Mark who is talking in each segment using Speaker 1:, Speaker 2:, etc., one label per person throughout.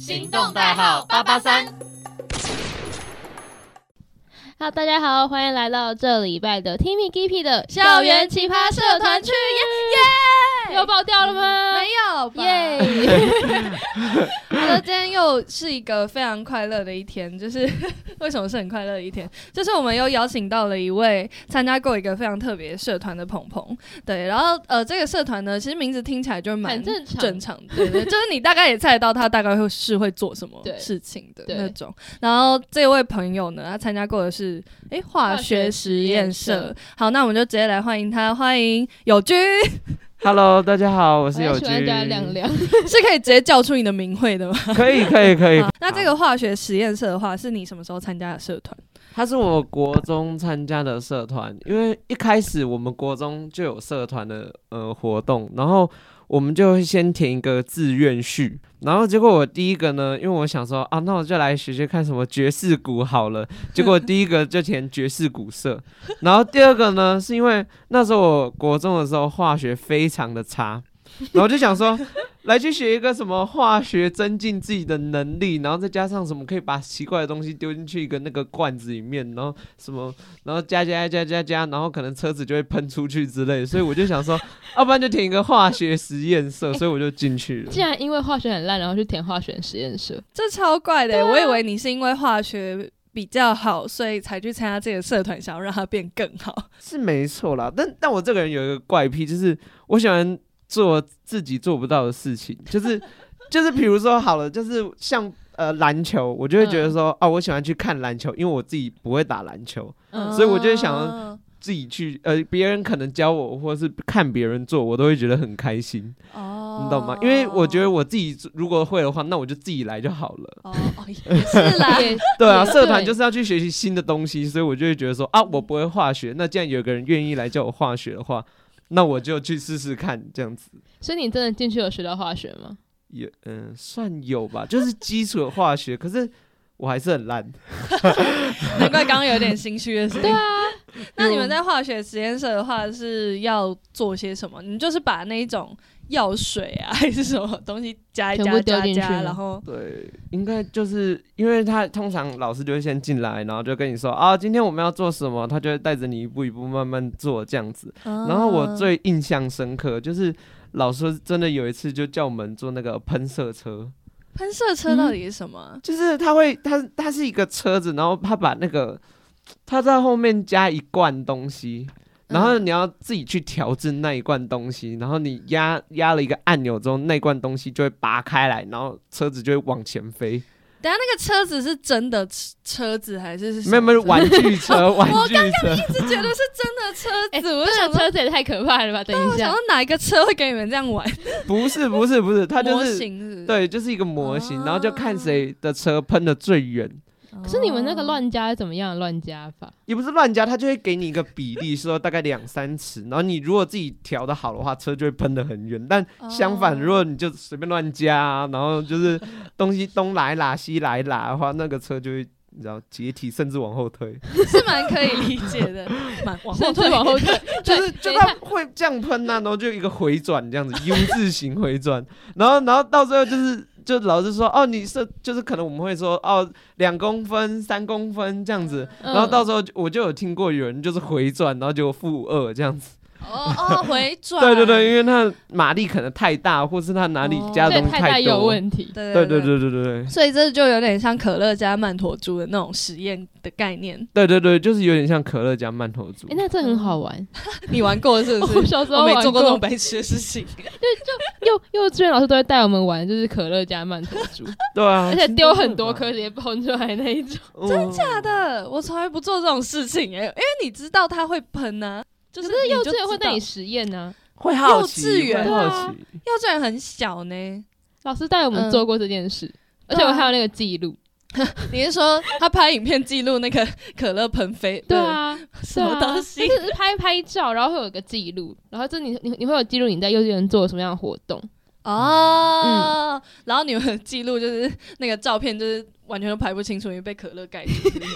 Speaker 1: 行动代号八八三。
Speaker 2: Hello，大家好，欢迎来到这礼拜的 Timmy Gippy 的
Speaker 1: 校园奇葩社团区耶！嗯
Speaker 2: 又爆掉了吗？
Speaker 1: 没有吧
Speaker 2: 耶！
Speaker 1: 好的，今天又是一个非常快乐的一天，就是 为什么是很快乐的一天？就是我们又邀请到了一位参加过一个非常特别社团的鹏鹏，对，然后呃，这个社团呢，其实名字听起来就蛮
Speaker 2: 很正常
Speaker 1: 正常的，对对，就是你大概也猜得到他大概会是会做什么
Speaker 2: 对
Speaker 1: 事情的
Speaker 2: 对
Speaker 1: 那种。然后这位朋友呢，他参加过的是诶化
Speaker 2: 化学
Speaker 1: 学实验
Speaker 2: 验
Speaker 1: 社
Speaker 2: 社，
Speaker 1: 好，那我们就直接来欢迎他，欢迎友军，
Speaker 3: Hello，大家好，我是
Speaker 2: 我
Speaker 3: 友
Speaker 2: 还喜欢
Speaker 3: 军。
Speaker 2: 加亮亮，
Speaker 1: 是可以直接叫出你的名讳的吗？
Speaker 3: 可以，可以，可以
Speaker 1: 好。那这个化学实验社的话，是你什么时候参加的社团？
Speaker 3: 他是我国中参加的社团，因为一开始我们国中就有社团的呃活动，然后我们就会先填一个志愿序，然后结果我第一个呢，因为我想说啊，那我就来学学看什么爵士鼓好了， 结果第一个就填爵士鼓社，然后第二个呢，是因为那时候我国中的时候化学非常的差，然后我就想说。来去学一个什么化学，增进自己的能力，然后再加上什么可以把奇怪的东西丢进去一个那个罐子里面，然后什么，然后加加加加加，然后可能车子就会喷出去之类，所以我就想说，啊要不然就填一个化学实验社，所以我就进去 了。
Speaker 2: 竟然因为化学很烂，然后去填化学实验 社，
Speaker 1: 这超怪的欸、
Speaker 2: 啊
Speaker 1: 我以为你是因为化学比较好，所以才去参加这个社团，想要让它变更好。
Speaker 3: 是没错啦，但但我这个人有一个怪癖，就是我喜欢做自己做不到的事情， 就是就是比如说好了，就是像呃篮球，我就会觉得说，啊，我喜欢去看篮球，因为我自己不会打篮球。
Speaker 2: 嗯，
Speaker 3: 所以我就想
Speaker 1: 哦
Speaker 3: 自己去，呃，别人可能教我，或是看别人做，我都会觉得很开心，
Speaker 1: 哦
Speaker 3: 你懂吗？因为我觉得我自己如果会的话，那我就自己来就好了。
Speaker 1: 哦哦也是啦
Speaker 2: 也
Speaker 3: 对啊，
Speaker 2: 对
Speaker 3: 社团就是要去学习新的东西，所以我就会觉得说啊，我不会化学，那既然有个人愿意来教我化学的话，那我就去试试看，这样子
Speaker 2: 所以你真的进去有学到化学吗？
Speaker 3: 也嗯、算有吧，就是基础的化学， 可是我还是很烂。
Speaker 1: 难怪刚刚有点心虚的事
Speaker 2: 对
Speaker 1: 情。
Speaker 2: 啊，
Speaker 1: 那你们在化学实验社的话是要做些什么？你们就是把那一种药水啊，还是什么东西加一
Speaker 2: 全
Speaker 1: 加
Speaker 2: 部丢
Speaker 1: 加一
Speaker 2: 进去
Speaker 1: 加，
Speaker 2: 吗
Speaker 1: 然后
Speaker 3: 对，应该就是因为他通常老师就会先进来，然后就跟你说啊，今天我们要做什么，他就会带着你一步一步慢慢做这样子。然
Speaker 2: 嗯
Speaker 1: 然
Speaker 3: 后我最印象深刻就是老师真的有一次就叫我们做那个喷射车，
Speaker 1: 喷射
Speaker 2: 嗯
Speaker 1: 车到底是什么啊？
Speaker 3: 就是他会他他是一个车子，然后他把那个他在后面加一罐东西。
Speaker 1: 嗯
Speaker 3: 然后你要自己去调制那一罐东西，然后你压压了一个按钮之后，那罐东西就会拔开来，然后车子就会往前飞。
Speaker 1: 等一下那个车子是真的车车子还是是什
Speaker 3: 没有没有
Speaker 1: 么车
Speaker 3: 玩具车， 玩
Speaker 1: 我
Speaker 3: 具车，
Speaker 1: 一直觉得是真的车子，我
Speaker 2: 不
Speaker 1: 就想
Speaker 2: 是
Speaker 1: 说，
Speaker 2: 哎车子也太可怕了吧？等
Speaker 1: 我
Speaker 2: 一下
Speaker 1: 想说，哪一个车会给你们这样玩？
Speaker 3: 不是不是不是，它就
Speaker 1: 模
Speaker 3: 是
Speaker 1: 型是不是，
Speaker 3: 对，就是一个模型，然后就看
Speaker 1: 哦
Speaker 3: 谁的车喷的最远，
Speaker 1: 可
Speaker 2: 可是你们
Speaker 1: 哦
Speaker 2: 那个，乱加是怎么样的乱加法？
Speaker 3: 也不是乱加，它就会给你一个比例，说大概两三尺，然后你如果自己调的好的话，车就会喷的很远，但相反，
Speaker 1: 哦
Speaker 3: 如果你就随便乱加啊，然后就是东西东来啦西来啦的话，那个车就会。你知道解体，甚至往 后推，
Speaker 1: 是蛮可以理解的，蛮往后
Speaker 2: 甚至
Speaker 1: 退，
Speaker 2: 往后 退，
Speaker 3: 就是
Speaker 2: 对
Speaker 3: 就
Speaker 2: 等一
Speaker 3: 它
Speaker 2: 下
Speaker 3: 会这样喷呐、然后就一个回转这样子 U 字形回转，然后然后到最后就是就老师说哦你是就是可能我们会说哦两公分三公分这样子，然后
Speaker 2: 嗯
Speaker 3: 到时候就我就有听过有人就是回转，然后就负二这样子，
Speaker 1: 哦哦，回转，
Speaker 3: 对对对，因为他马力可能太大，或是他哪里加的
Speaker 2: 这
Speaker 3: 东西
Speaker 2: 哦太大有
Speaker 3: 多，
Speaker 2: 问题。
Speaker 1: 对
Speaker 3: 对
Speaker 1: 对
Speaker 3: 对。对对对对
Speaker 1: 所以这就有点像可乐加曼陀珠的那种实验的概 念，
Speaker 3: 对对对，就是有点像可乐加曼头族
Speaker 2: 哎，，那这很好玩，
Speaker 1: 你玩过是不
Speaker 2: 我
Speaker 1: 是？
Speaker 2: 小时候
Speaker 1: 嗯我没
Speaker 2: 玩
Speaker 1: 做过这种
Speaker 2: 过
Speaker 1: 白痴的事 情，
Speaker 2: 幼幼稚园老师都会带我们玩，就是可乐加曼陀珠，
Speaker 3: 对 啊，嗯
Speaker 2: 而且丢很 多颗直接喷出来那一种。
Speaker 3: 真假
Speaker 1: 真？的，我从来不做这种事情哎、因为你知道它会喷啊呢、就是
Speaker 2: 可是幼
Speaker 1: 你
Speaker 2: 稚
Speaker 1: 就
Speaker 2: 园会
Speaker 1: 知道
Speaker 2: 带你实验啊呢、
Speaker 3: 会好
Speaker 1: 幼稚
Speaker 3: 奇，
Speaker 1: 园
Speaker 3: 会
Speaker 2: 对
Speaker 3: 好
Speaker 2: 啊
Speaker 3: 奇。
Speaker 1: 幼稚园很小呢，
Speaker 2: 老师带我们做过这件事，而且我还有那个记录。
Speaker 1: 你是说他拍影片记录那个 可乐喷飞？
Speaker 2: 对，啊，
Speaker 1: 什
Speaker 2: 对
Speaker 1: 么
Speaker 2: 啊，
Speaker 1: 东西？
Speaker 2: 就是拍拍照，然后会有一个记录，然后这你你你会有记录你在幼稚园做什么样的活动，
Speaker 1: 嗯哦，然后你们的记录就是那个照片，就是完全都拍不清楚，因为被可乐盖住，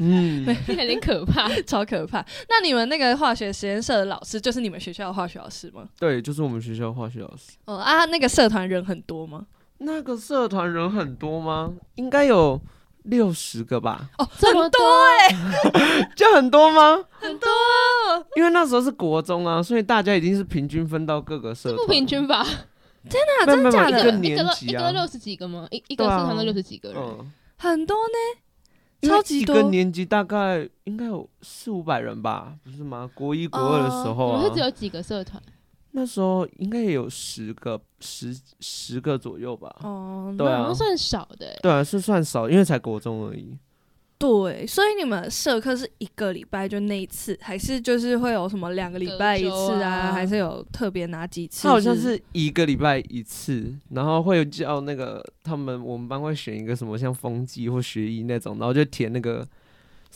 Speaker 3: 嗯，
Speaker 2: 有点可怕。
Speaker 1: 超可怕。那你们那个化学实验社的老师就是你们学校的化学老师吗？
Speaker 3: 对，就是我们学校化学老师。
Speaker 1: 哦啊，那个社团人很多吗？
Speaker 3: 那个社团人很多吗？应该有六十个吧，
Speaker 1: 哦，
Speaker 2: 这么多哎、
Speaker 3: 这很多吗？
Speaker 1: 很多啊，
Speaker 3: 因为那时候是国中啊，所以大家已经是平均分到各个社团，
Speaker 2: 不平均吧？
Speaker 1: 那
Speaker 3: 没有
Speaker 1: 真的
Speaker 3: 没有
Speaker 1: 假
Speaker 3: 一个
Speaker 1: 的？
Speaker 2: 一个
Speaker 3: 年
Speaker 2: 都一
Speaker 3: 级
Speaker 2: 个
Speaker 3: 啊
Speaker 2: 都，六十几个吗？一一个
Speaker 3: 对
Speaker 2: 社
Speaker 3: 啊
Speaker 2: 团都六十几个人，
Speaker 3: 嗯，
Speaker 1: 很多呢，
Speaker 3: 因为
Speaker 1: 超级
Speaker 3: 一
Speaker 1: 多
Speaker 3: 个年级大概应该有四五百人吧，不是吗？国一国二的时候
Speaker 2: 哦我
Speaker 3: 啊，
Speaker 2: 们是只有几个社团？
Speaker 3: 那时候应该也有十个十十个左右吧。
Speaker 1: 哦，
Speaker 3: 对
Speaker 2: 好
Speaker 3: 啊
Speaker 2: 像，算少的、欸，
Speaker 3: 对啊，是算少，因为才国中而已。
Speaker 1: 对，所以你们社课是一个礼拜就那一次，还是就是会有什么两个礼拜一
Speaker 2: 隔
Speaker 1: 次
Speaker 2: 周
Speaker 1: 啊？
Speaker 2: 啊
Speaker 1: 还是有特别哪几次？
Speaker 3: 他好像是一个礼拜一次，然后会有叫那个他们我们班会选一个什么像风纪或学艺那种，然后就填那个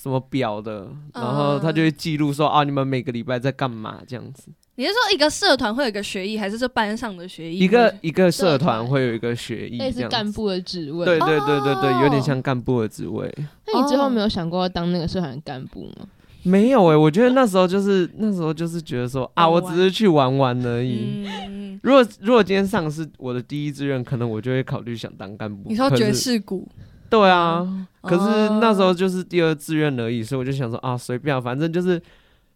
Speaker 3: 什么表的，然后他就会记录说、啊，你们每个礼拜在干嘛这样子。
Speaker 1: 你是说一个社团会有一个学艺，还是这班上的学艺？
Speaker 3: 一个一个社
Speaker 2: 社
Speaker 3: 团
Speaker 2: 团
Speaker 3: 会有一个学艺
Speaker 2: 类
Speaker 3: 这
Speaker 2: 似
Speaker 3: 样
Speaker 2: 干
Speaker 3: 子。
Speaker 2: 部的职位。
Speaker 3: 对对对对对，有
Speaker 1: 哦
Speaker 3: 点像干部的职位。
Speaker 2: 那你之
Speaker 1: 哦
Speaker 2: 后没有想过要当那个社团的干部吗？
Speaker 3: 没有诶、欸我觉得那时候就是 那时候就是觉得说啊，
Speaker 1: 玩
Speaker 3: 我
Speaker 1: 玩
Speaker 3: 只是去玩玩而已。
Speaker 1: 嗯，
Speaker 3: 如果如果今天上是我的第一志愿，可能我就会考虑想当干部。
Speaker 1: 你说
Speaker 3: 可是
Speaker 1: 爵士鼓，
Speaker 3: 对啊，
Speaker 1: 哦
Speaker 3: 可是那时候就是第二志愿而已，所以我就想说啊，随便啊、反正就是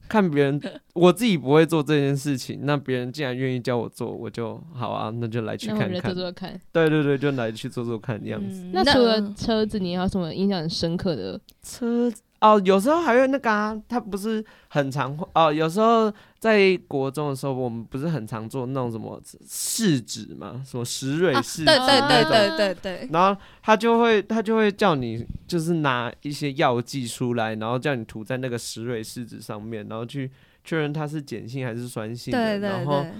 Speaker 3: 看别 人，我自己不会做这件事情，那别人既然愿意教我做，我就好啊，那就来去
Speaker 2: 那我
Speaker 3: 看
Speaker 2: 来
Speaker 3: 看
Speaker 2: 做。做看。
Speaker 3: 对对对，就来去做做看这样子。
Speaker 1: 嗯
Speaker 2: 那除了车子，你还有什么印象很深刻 的？
Speaker 3: 车哦，有时候还会那个啊，他不是很常会哦，有时候在国中的时候，我们不是很常做那种什么试纸嘛，什么石蕊
Speaker 1: 啊
Speaker 3: 试纸
Speaker 1: 对对
Speaker 3: 那
Speaker 1: 对
Speaker 3: 种
Speaker 1: 对对对，
Speaker 3: 然后他就会他就会叫你就是拿一些药剂出来，然后叫你涂在那个石蕊试纸上面，然后去确认它是碱性还是酸性的，
Speaker 1: 对对
Speaker 3: 然后
Speaker 1: 对，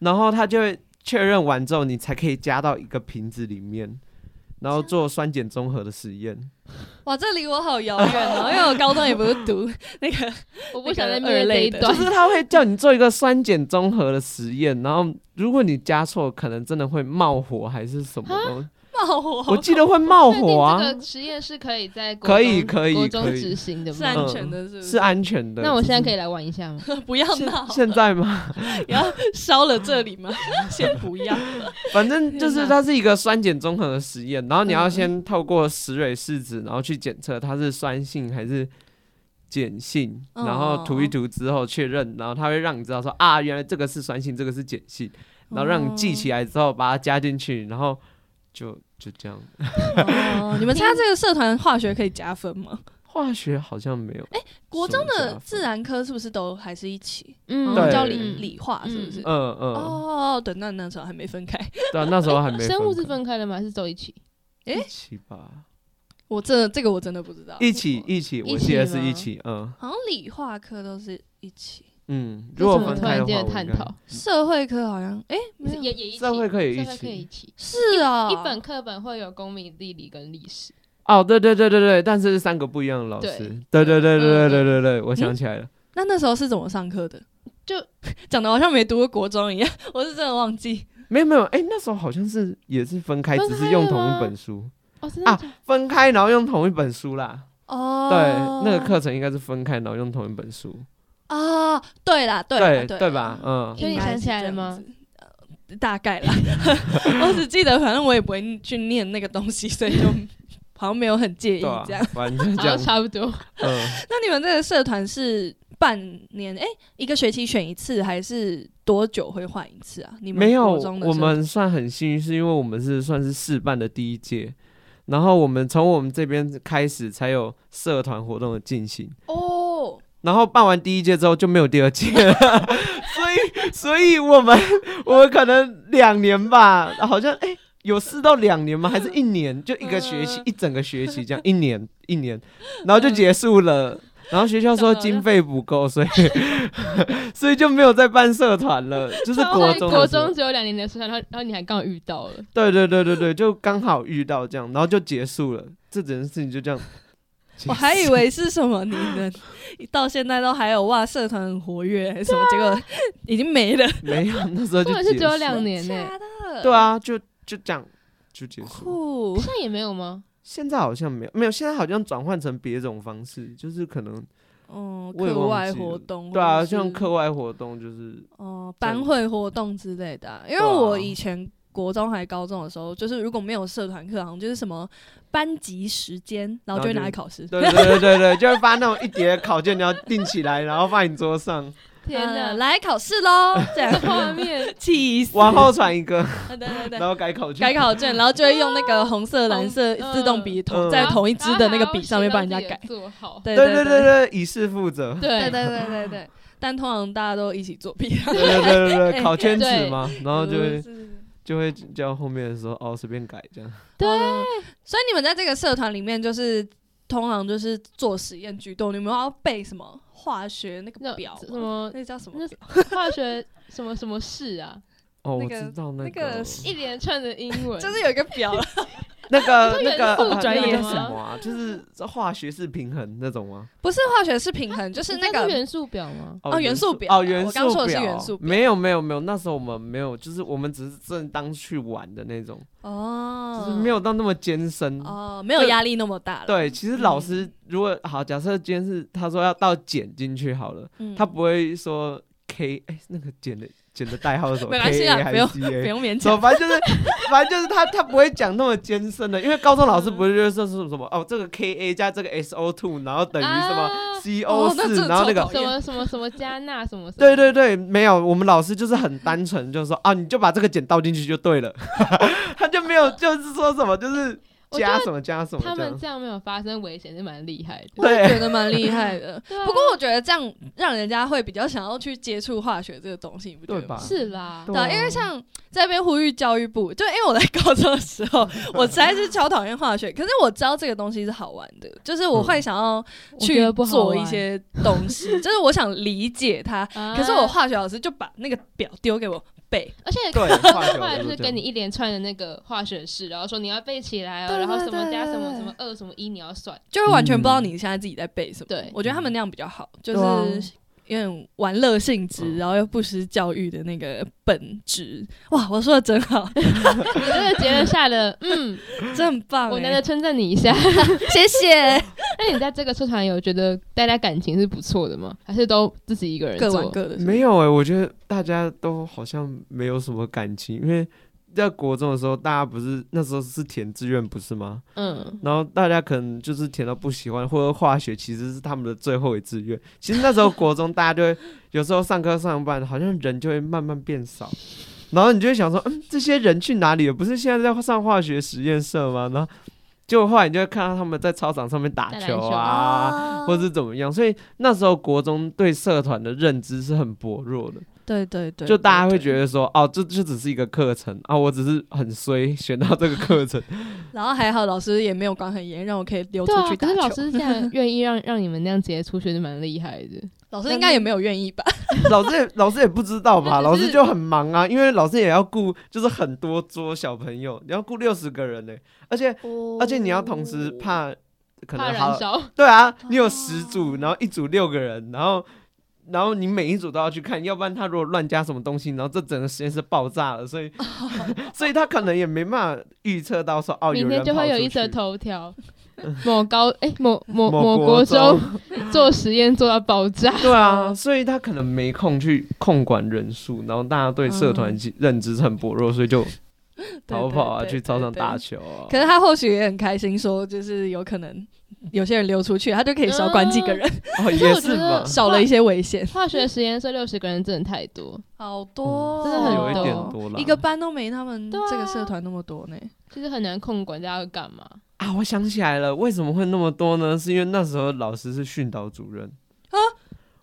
Speaker 3: 然后他就会确认完之后，你才可以加到一个瓶子里面，然后做酸碱中和的实验。
Speaker 1: 哇，这离我好遥远哦，因为我高中也不是读那个，
Speaker 2: 我不想
Speaker 1: 那
Speaker 2: 再
Speaker 1: 个
Speaker 2: 面
Speaker 1: 二
Speaker 2: 对这
Speaker 1: 类
Speaker 2: 一
Speaker 1: 的
Speaker 2: 段
Speaker 3: 就。是他会叫你做一个酸碱中和的实验，然后如果你加错，可能真的会冒火还是什么
Speaker 2: 啊
Speaker 3: 东西，
Speaker 1: 冒火，
Speaker 3: 我记得会冒火啊，
Speaker 2: 这个实验是可以在国
Speaker 3: 可以
Speaker 2: 中
Speaker 3: 可以
Speaker 2: 国中
Speaker 3: 可以
Speaker 2: 执行的
Speaker 1: 是
Speaker 2: 吗
Speaker 1: 安？
Speaker 3: 嗯
Speaker 1: 全的，是不
Speaker 3: 是
Speaker 1: 是？
Speaker 3: 安全的。
Speaker 2: 那我现在可
Speaker 3: 以
Speaker 2: 以来玩一下 吗？
Speaker 1: 不要闹，
Speaker 3: 现在吗？
Speaker 1: 然后烧了这里吗？ 先不要，
Speaker 3: 反正就
Speaker 1: 天
Speaker 3: 是
Speaker 1: 哪
Speaker 3: 它是一个酸碱中和的实验，然后你
Speaker 2: 嗯
Speaker 3: 要先透过石蕊试纸，然后去检测它是酸性还是碱性，
Speaker 1: 哦
Speaker 3: 然后涂一涂之后确认，然后它会让你知道说啊，原来这个是酸性，这个是碱性，然后让你
Speaker 2: 哦
Speaker 3: 记起来之后把它加进去，然后就就这样。
Speaker 1: 哦，你们参加这个社团化学可以加分吗？
Speaker 3: 化学好像没有，哎、
Speaker 1: 国中的自，然科是不是都还是一起？哦
Speaker 2: 嗯
Speaker 3: 对
Speaker 1: 叫理理化是不是？
Speaker 3: 嗯嗯，
Speaker 1: 哦，等那那时候还没分开，
Speaker 3: 对啊，那时候还没
Speaker 2: 生物是
Speaker 3: 分
Speaker 2: 分开的吗？还是走一起？
Speaker 3: 开一起吧，
Speaker 1: 我真的这个我真的不知道。
Speaker 3: 一起一起，我
Speaker 2: 哦一起
Speaker 3: 记得是
Speaker 2: 吗
Speaker 3: 一起，嗯
Speaker 1: 好像理化课都是一起，
Speaker 3: 嗯，
Speaker 2: 这
Speaker 3: 如果
Speaker 2: 是我们
Speaker 3: 分
Speaker 2: 突然
Speaker 3: 开的话，
Speaker 2: 间
Speaker 3: 我
Speaker 2: 的探
Speaker 3: 应该
Speaker 2: 讨，
Speaker 1: 社会科好像哎没有
Speaker 2: 嗯也也一起，
Speaker 3: 社会可以一
Speaker 2: 社会
Speaker 3: 起
Speaker 2: 可以一起。
Speaker 1: 是啊，
Speaker 2: 一本课本会有公民、地理跟历史，
Speaker 3: 哦，对对对对对，但是是三个不一样的老师。对
Speaker 2: 对
Speaker 3: 对对对对
Speaker 2: 嗯
Speaker 3: 对对对，我想起来了。
Speaker 1: 那那时候是怎么上课的？
Speaker 2: 就
Speaker 1: 讲的好像没读过国中一样， 我是真的忘记。
Speaker 3: 没有没有，哎，那时候好像是也是分开，
Speaker 2: 分
Speaker 3: 只
Speaker 2: 开
Speaker 3: 是用同
Speaker 2: 了
Speaker 3: 一
Speaker 2: 吗
Speaker 3: 本书，
Speaker 2: 哦，真
Speaker 3: 的
Speaker 2: 的
Speaker 3: 假分开然后用同一本书啦。
Speaker 1: 哦，
Speaker 3: 对，那个课程应该是分开然后用同一本书。
Speaker 1: 啊，对啦，对啦
Speaker 3: 对
Speaker 1: 对
Speaker 3: 对
Speaker 1: 啦
Speaker 3: 吧？？嗯，
Speaker 2: 所以你想起来了吗？
Speaker 1: 呃大概啦， 我只记得，反正我也不会去念那个东西，所以就好像没有很介意
Speaker 3: 对啊
Speaker 1: 这样。，
Speaker 3: 反正就是这
Speaker 2: 好像
Speaker 3: 样。
Speaker 2: 差不多。
Speaker 3: 嗯，
Speaker 1: 那你们这个社团是半年，哎、一个学期选一次，还是多久会换一次啊？你们
Speaker 3: 没有，
Speaker 1: 国中的
Speaker 3: 我
Speaker 1: 社团
Speaker 3: 们算很幸运，是因为我们是算是试办的第一届，然后我们从我们这边开始才有社团活动的进行。
Speaker 1: 哦，
Speaker 3: 然后办完第一届之后就没有第二届了， 所以所以我们我们可能两年吧，好像哎、有四到两年吗？还是一年？就一个学期，
Speaker 1: 嗯
Speaker 3: 一整个学期这样，一年一年，然后就结束了。然后学校说
Speaker 1: 懂了
Speaker 3: 经费不够，所以 所以就没有再办社团了，就是国中的时候
Speaker 2: 国中只有两年的社团，然后然后你还刚好遇到了，
Speaker 3: 对对对对对，就刚好遇到这样，然后就结束了，这整件事情就这样。
Speaker 1: 我还以为是什么，你们到现在都还有哇，社团很活跃，还是什 么？结果已经没了，
Speaker 3: 没有，那时候就
Speaker 2: 或者
Speaker 3: 结
Speaker 2: 是只
Speaker 3: 束了
Speaker 2: 有两年呢、
Speaker 1: 假啊的
Speaker 3: 对，啊，就就这样就结束了。
Speaker 1: 酷，
Speaker 2: 现在也没有吗？
Speaker 3: 现在好像没有，没有，现在好像转换成别种方式，就是可能
Speaker 1: 嗯，
Speaker 3: 我也
Speaker 1: 课
Speaker 3: 忘
Speaker 1: 外
Speaker 3: 记
Speaker 1: 活
Speaker 3: 了
Speaker 1: 动，
Speaker 3: 对啊，
Speaker 1: 或者是
Speaker 3: 像课外活动就是
Speaker 1: 哦，
Speaker 3: 这样
Speaker 1: 班会活动之类的啊、因为
Speaker 3: 对啊
Speaker 1: 我以前。国中还高中的时候，就是如果没有社团课，好像就是什么班级时间，然后就会拿来考试。
Speaker 3: 对对对对对，就会发那种一叠考卷，你要订起来，然后放你桌上，
Speaker 2: 天哪，
Speaker 1: 呃来考试 喽！这样
Speaker 2: 画面
Speaker 1: 气死！
Speaker 3: 往后传一个，
Speaker 1: 对对嗯对
Speaker 3: 然，后改考卷。
Speaker 1: 改考卷，然后就会用那个红色、蓝色
Speaker 2: 红
Speaker 1: 自动笔同
Speaker 3: 嗯
Speaker 1: 在同一支的那个笔上面帮人家改。
Speaker 2: 做好。
Speaker 1: 对
Speaker 3: 对
Speaker 1: 对
Speaker 3: 对对对，以示负责。
Speaker 1: 对
Speaker 2: 对
Speaker 1: 对对对对。但通常大家都一起作弊，
Speaker 3: 对对 对对
Speaker 1: 哎
Speaker 3: 对，考圈子
Speaker 2: 对
Speaker 3: 嘛，然后就会
Speaker 1: 是嗯是是
Speaker 3: 就会叫后面的说哦随便改这样。
Speaker 2: 对
Speaker 1: 哦所以你们在这个社团里面，就是通常就是做实验居多。你们要背什么化学那个
Speaker 2: 那
Speaker 1: 表吗？啊
Speaker 2: 什么
Speaker 1: 那叫什么
Speaker 2: 那？化学什么什么式啊？
Speaker 3: 哦，
Speaker 1: 那
Speaker 3: 我
Speaker 1: 个
Speaker 3: 知道
Speaker 1: 那
Speaker 3: 那
Speaker 1: 个
Speaker 3: 个
Speaker 2: 一连串的英文，
Speaker 1: 就是有一个表，啊
Speaker 3: 那个那个
Speaker 2: 元素
Speaker 3: 啊
Speaker 2: 转
Speaker 3: 那个
Speaker 2: 移
Speaker 3: 叫
Speaker 2: 吗
Speaker 3: 什么啊？就是化学式平衡那种吗？
Speaker 1: 不是化学是平衡，就是 那
Speaker 2: 你知道
Speaker 1: 个
Speaker 2: 元素表吗？
Speaker 1: 哦元素表
Speaker 3: 哦，元
Speaker 1: 我
Speaker 3: 素
Speaker 1: 刚
Speaker 3: 表
Speaker 1: 说的是元素表
Speaker 3: 没有没有没有，那时候我们没有，就是我们只是正当去玩的那种，
Speaker 1: 哦，
Speaker 3: 就是没有到那么艰深。
Speaker 1: 哦，嗯没有压力那么大了。
Speaker 3: 对，其实老师如果好，假设今天是他说要到减进去好了，
Speaker 1: 嗯，
Speaker 3: 他不会说 K 哎那个减的减的代号是什么
Speaker 1: 没关系啦
Speaker 3: K A 还
Speaker 1: 不用
Speaker 3: 是 C A？
Speaker 1: 不用 勉
Speaker 3: 什
Speaker 1: 强
Speaker 3: 么，反正就是，反正就是他他不会讲那么艰深的，因为高中老师不是就是说什么哦，这个 K A 加这个 S O two，然后等于什么
Speaker 2: 啊
Speaker 3: C
Speaker 1: 哦
Speaker 3: O
Speaker 1: 那真
Speaker 3: 四，
Speaker 1: 的
Speaker 3: 然后
Speaker 1: 超
Speaker 3: 那个
Speaker 1: 讨
Speaker 2: 什
Speaker 1: 厌
Speaker 2: 么什么什么加纳什么什么？
Speaker 3: 对对对，没有，我们老师就是很单纯，就是说啊，你就把这个减倒进去就对了， 他就没有就是说什么就是
Speaker 2: 我
Speaker 3: 加
Speaker 2: 觉
Speaker 3: 什么加什么
Speaker 2: 他
Speaker 3: 这
Speaker 2: 们
Speaker 3: 样，
Speaker 2: 这样没有发生危险是蛮厉害的。
Speaker 1: 我也
Speaker 3: 对
Speaker 1: 觉得蛮厉害的。
Speaker 2: 对啊
Speaker 1: 不过我觉得这样让人家会比较想要去接触化学这个东西，你不觉得
Speaker 3: 对
Speaker 1: 吗
Speaker 3: 吧？
Speaker 2: 是啦，
Speaker 3: 对
Speaker 1: 对啊，因为像在这边呼吁教育部，就因为我在高中的时 候，我实在是超讨厌化学，可是我知道这个东西是好玩的，就是我
Speaker 3: 嗯
Speaker 1: 会想要
Speaker 2: 我觉
Speaker 1: 去
Speaker 2: 得不好
Speaker 1: 做
Speaker 2: 玩
Speaker 1: 一，些东西， 就是我想理解它。
Speaker 2: 啊
Speaker 1: 可是我化学老师就把那个表丢给我背，
Speaker 2: 而且
Speaker 3: 对
Speaker 2: 后
Speaker 3: 化学
Speaker 2: 来
Speaker 3: 我
Speaker 2: 就
Speaker 3: 就是这
Speaker 2: 跟
Speaker 3: 样
Speaker 2: 你一连串的那个化学式，然后说你要背起来哦，
Speaker 1: 对
Speaker 2: 然后
Speaker 1: 对
Speaker 2: 什么
Speaker 1: 对
Speaker 2: 加什么
Speaker 1: 对
Speaker 2: 什么二什么一你要算，
Speaker 1: 就是完全不知道你现在自己在背什么。
Speaker 2: 对
Speaker 1: 我觉得他们那样比较好，就
Speaker 2: 对啊
Speaker 1: 是。有点玩乐性质，
Speaker 3: 嗯
Speaker 1: 然后又不失教育的那个本质。哇，我说的真好，
Speaker 2: 你这个结论下的，嗯，
Speaker 1: 真很棒、欸！
Speaker 2: 我难得称赞你一下。
Speaker 1: 谢 谢，
Speaker 2: 那你在这个社团有觉得大家感情是不错的吗？还是都自己一个人
Speaker 1: 各
Speaker 2: 做
Speaker 1: 玩？各的。
Speaker 3: 没有哎、我觉得大家都好像没有什么感情，因为在国中的时候，大家不是那时候是填志愿不是吗？
Speaker 2: 嗯，
Speaker 3: 然后大家可能就是填到不喜欢，或者化学其实是他们的最后一志愿。其实那时候国中大家就会有时候上课上班，好像人就会慢慢变少，然后你就会想说，嗯，这些人去哪里了？不是现在在上化学实验社吗？然后结果后来你就会看到他们在操场上面打
Speaker 2: 打篮
Speaker 3: 球
Speaker 2: 球
Speaker 3: 啊，或是怎么样。所以那时候国中对社团的认知是很薄弱的。
Speaker 1: 对对对，
Speaker 3: 就大家
Speaker 1: 得。
Speaker 3: 会觉得说，哦，这这只是一个课程啊，我只是很衰选到这个课程，
Speaker 1: 然后还好老师也没有管很严，让我可以溜出
Speaker 2: 对啊
Speaker 1: 去，
Speaker 2: 可
Speaker 1: 打
Speaker 2: 是
Speaker 1: 球。
Speaker 2: 老师这样愿意让让你们那样直接出去是蛮厉害的。
Speaker 1: 老师应该也没有愿意吧？
Speaker 3: 老师也老师也不知道吧，
Speaker 2: 那
Speaker 3: 老
Speaker 2: 只是
Speaker 3: 师就很忙啊，因为老师也要顾，就是很多桌小朋友，你要顾六十个人呢、而且而且你要同时怕
Speaker 2: 哦怕
Speaker 3: 可
Speaker 2: 哦
Speaker 3: 能
Speaker 2: 燃
Speaker 3: 好，
Speaker 2: 烧，
Speaker 3: 对啊，你有十组，然后一组六个人，然后。然后你每一组都要去看，要不然他如果乱加什么东西，然后这整个实验室爆炸了，所以 所以他可能也没办法预测到 说哦，
Speaker 2: 明天
Speaker 3: 人
Speaker 2: 就
Speaker 3: 跑
Speaker 2: 会有
Speaker 3: 出
Speaker 2: 一则
Speaker 3: 去
Speaker 2: 头条，某高哎某某
Speaker 3: 某
Speaker 2: 某国
Speaker 3: 中
Speaker 2: 中做实验做到爆炸。
Speaker 3: 对啊，所以他可能没空去控管人数，然后大家对社
Speaker 2: 嗯
Speaker 3: 团其认知是很薄弱，所以就逃跑啊，
Speaker 1: 对对
Speaker 3: 去操场打
Speaker 1: 对
Speaker 3: 球啊。
Speaker 1: 可是他或许也很开心，说就是有可能有些人溜出去，他就可以少管几个人，
Speaker 3: 哦，
Speaker 2: 是
Speaker 3: 也
Speaker 2: 我觉
Speaker 3: 是
Speaker 2: 得
Speaker 3: 吧，
Speaker 1: 少了一些危险。
Speaker 2: 化学实验社六十个人真的太多，
Speaker 1: 好多、
Speaker 3: 哦
Speaker 2: 嗯真的很
Speaker 3: 有一点
Speaker 2: 多
Speaker 3: 多了。
Speaker 1: 一个班都没他们
Speaker 2: 对啊
Speaker 1: 这个社团那么多呢。
Speaker 2: 就是很难控管大家要干嘛。
Speaker 3: 啊，我想起来了，为什么会那么多呢？是因为那时候老师是训导主任
Speaker 2: 啊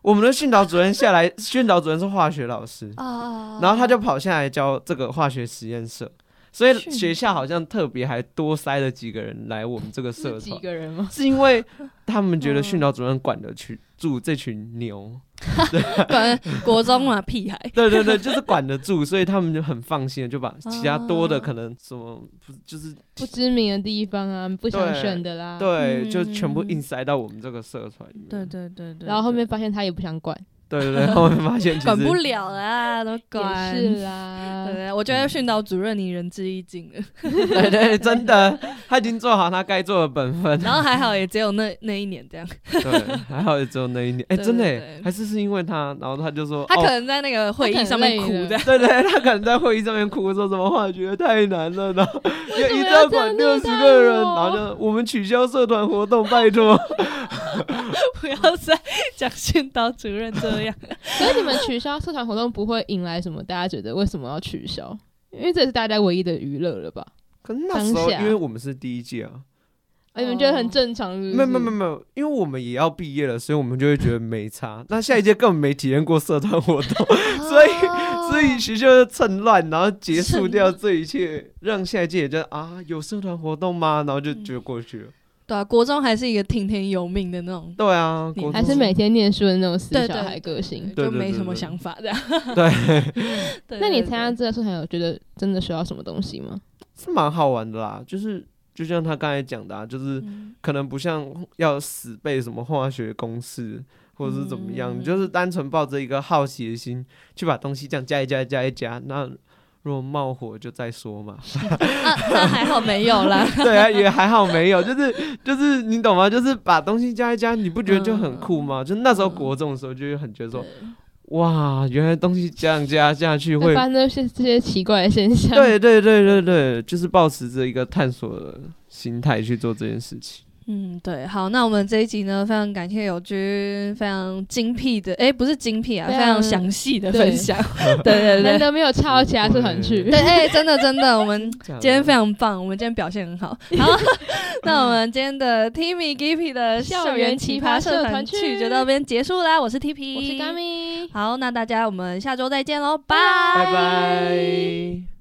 Speaker 3: 我们的训导主任下来， 训导主任是化学老师，
Speaker 2: 哦
Speaker 1: 啊
Speaker 3: 然后他就跑下来教这个化学实验社，所以
Speaker 1: 训
Speaker 3: 学校好像特别还多塞了几个人来我们这个社
Speaker 2: 是几
Speaker 3: 团。
Speaker 2: 个人嗯 吗？
Speaker 3: 是因为他们觉得训导主任管得去住这群牛，
Speaker 1: 管国中嘛屁孩，
Speaker 3: 对对对，就是管得住，所以他们就很放心，就把其他多的可能什么，不就是
Speaker 2: 不知名的地方啊，不想
Speaker 3: 对
Speaker 2: 选的啦。
Speaker 3: 对，
Speaker 1: 嗯
Speaker 3: 就全部硬塞到我们这个社团里面。
Speaker 1: 对对对对
Speaker 2: 然后后面发现他也不想管，
Speaker 3: 对对对，后面发现 其
Speaker 1: 管不
Speaker 3: 实
Speaker 1: 了啦，都管。
Speaker 2: 也是啦
Speaker 1: 对，对，我觉得训导主任你仁至义尽 了，
Speaker 3: 对对，真的他已经做好他该做的本 分。
Speaker 1: 然后还好也只有那那一年这样，
Speaker 3: 对，还好也只有那一年。哎，
Speaker 1: 对
Speaker 3: 真的
Speaker 1: 对
Speaker 3: 耶
Speaker 1: 对，
Speaker 3: 还是是因为他，然后他就说，
Speaker 1: 他可
Speaker 3: 哦
Speaker 1: 能在那个会
Speaker 2: 他可
Speaker 1: 议
Speaker 2: 能
Speaker 1: 上面
Speaker 2: 累
Speaker 1: 哭
Speaker 2: 了
Speaker 1: 这样。
Speaker 3: 对对，他可能在会议上面哭说什么化学太难了，然 后就一定
Speaker 2: 要
Speaker 3: 要
Speaker 2: 这样虐
Speaker 3: 管六十
Speaker 2: 待
Speaker 3: 个人，
Speaker 2: 我
Speaker 3: 然后就我们取消社团活动，拜托。
Speaker 1: 不要再讲训导主任这 样。
Speaker 2: 所以你们取消社团活动不会引来什么？大家觉得为什么要取消？因为这也是大家唯一的娱乐了吧？
Speaker 3: 可是那时
Speaker 2: 当
Speaker 3: 候
Speaker 2: 下
Speaker 3: 因为我们是第一届啊，
Speaker 2: 啊，你们觉得
Speaker 1: 哦
Speaker 2: 很正常是不
Speaker 3: 没
Speaker 2: 是？
Speaker 3: 有没有没有，没有，因为我们也要毕业了，所以我们就会觉得没差。 那下一届根本没体验过社团活动，
Speaker 2: 哦
Speaker 3: 所以所以学校就趁乱，然后结束掉这一切，让下一届也就啊有社团活动吗？然后就就过去了。
Speaker 2: 嗯
Speaker 1: 对啊，国中还是一个听天由命的那种，
Speaker 3: 对啊，
Speaker 1: 你
Speaker 3: 国
Speaker 2: 还是
Speaker 3: 中
Speaker 2: 每天念书的那种死
Speaker 1: 对
Speaker 2: 小
Speaker 1: 对
Speaker 2: 孩个性。
Speaker 3: 对
Speaker 1: 就
Speaker 3: 对
Speaker 1: 没
Speaker 3: 对
Speaker 1: 什么
Speaker 3: 对
Speaker 1: 想法这样。
Speaker 3: 对
Speaker 1: 对
Speaker 2: 那你
Speaker 1: 对
Speaker 2: 参加
Speaker 1: 对
Speaker 2: 这个社团有觉得真的学到什么东西吗？
Speaker 3: 是蛮好玩的啦，就是。就像他刚才讲的、啊，就是
Speaker 1: 嗯
Speaker 3: 可能不像要死背什么化学公式，或者是怎么样，
Speaker 1: 嗯
Speaker 3: 你就是单纯抱着一个好奇的心去把东西这样加一加一加一加。那如果冒火就再说嘛，
Speaker 1: 啊，那还好没有啦。
Speaker 3: 对啊，也还好没有，就是就是你懂吗？就是把东西加一加，你不觉得就很酷吗？就那时候国中的时候，就会很觉得说，哇，原来东西这样加下去会
Speaker 2: 会，发生这些这些奇怪的现象。
Speaker 3: 对对对对对，就是保持着一个探索的心态去做这件事情。
Speaker 1: 嗯，对，好，那我们这一集呢，非常感谢友军非常精辟的，哎，不是精辟啊，
Speaker 2: 非
Speaker 1: 非
Speaker 2: 常
Speaker 1: 常详细的
Speaker 2: 对
Speaker 1: 分 享。对对
Speaker 2: 难
Speaker 1: 对。
Speaker 2: 得没有翘到其他社团去
Speaker 3: 对。
Speaker 1: 对，哎、真的真的，我们
Speaker 3: 这样
Speaker 1: 今天非常棒，我们今天表现很好。好， 那我们今天的 Timmy Gippy 的校园奇葩社团去就到这边结束啦。我是 t i m m y
Speaker 2: 我是 Gami。
Speaker 1: 好，那大家我们下周再见喽，拜
Speaker 3: 拜拜。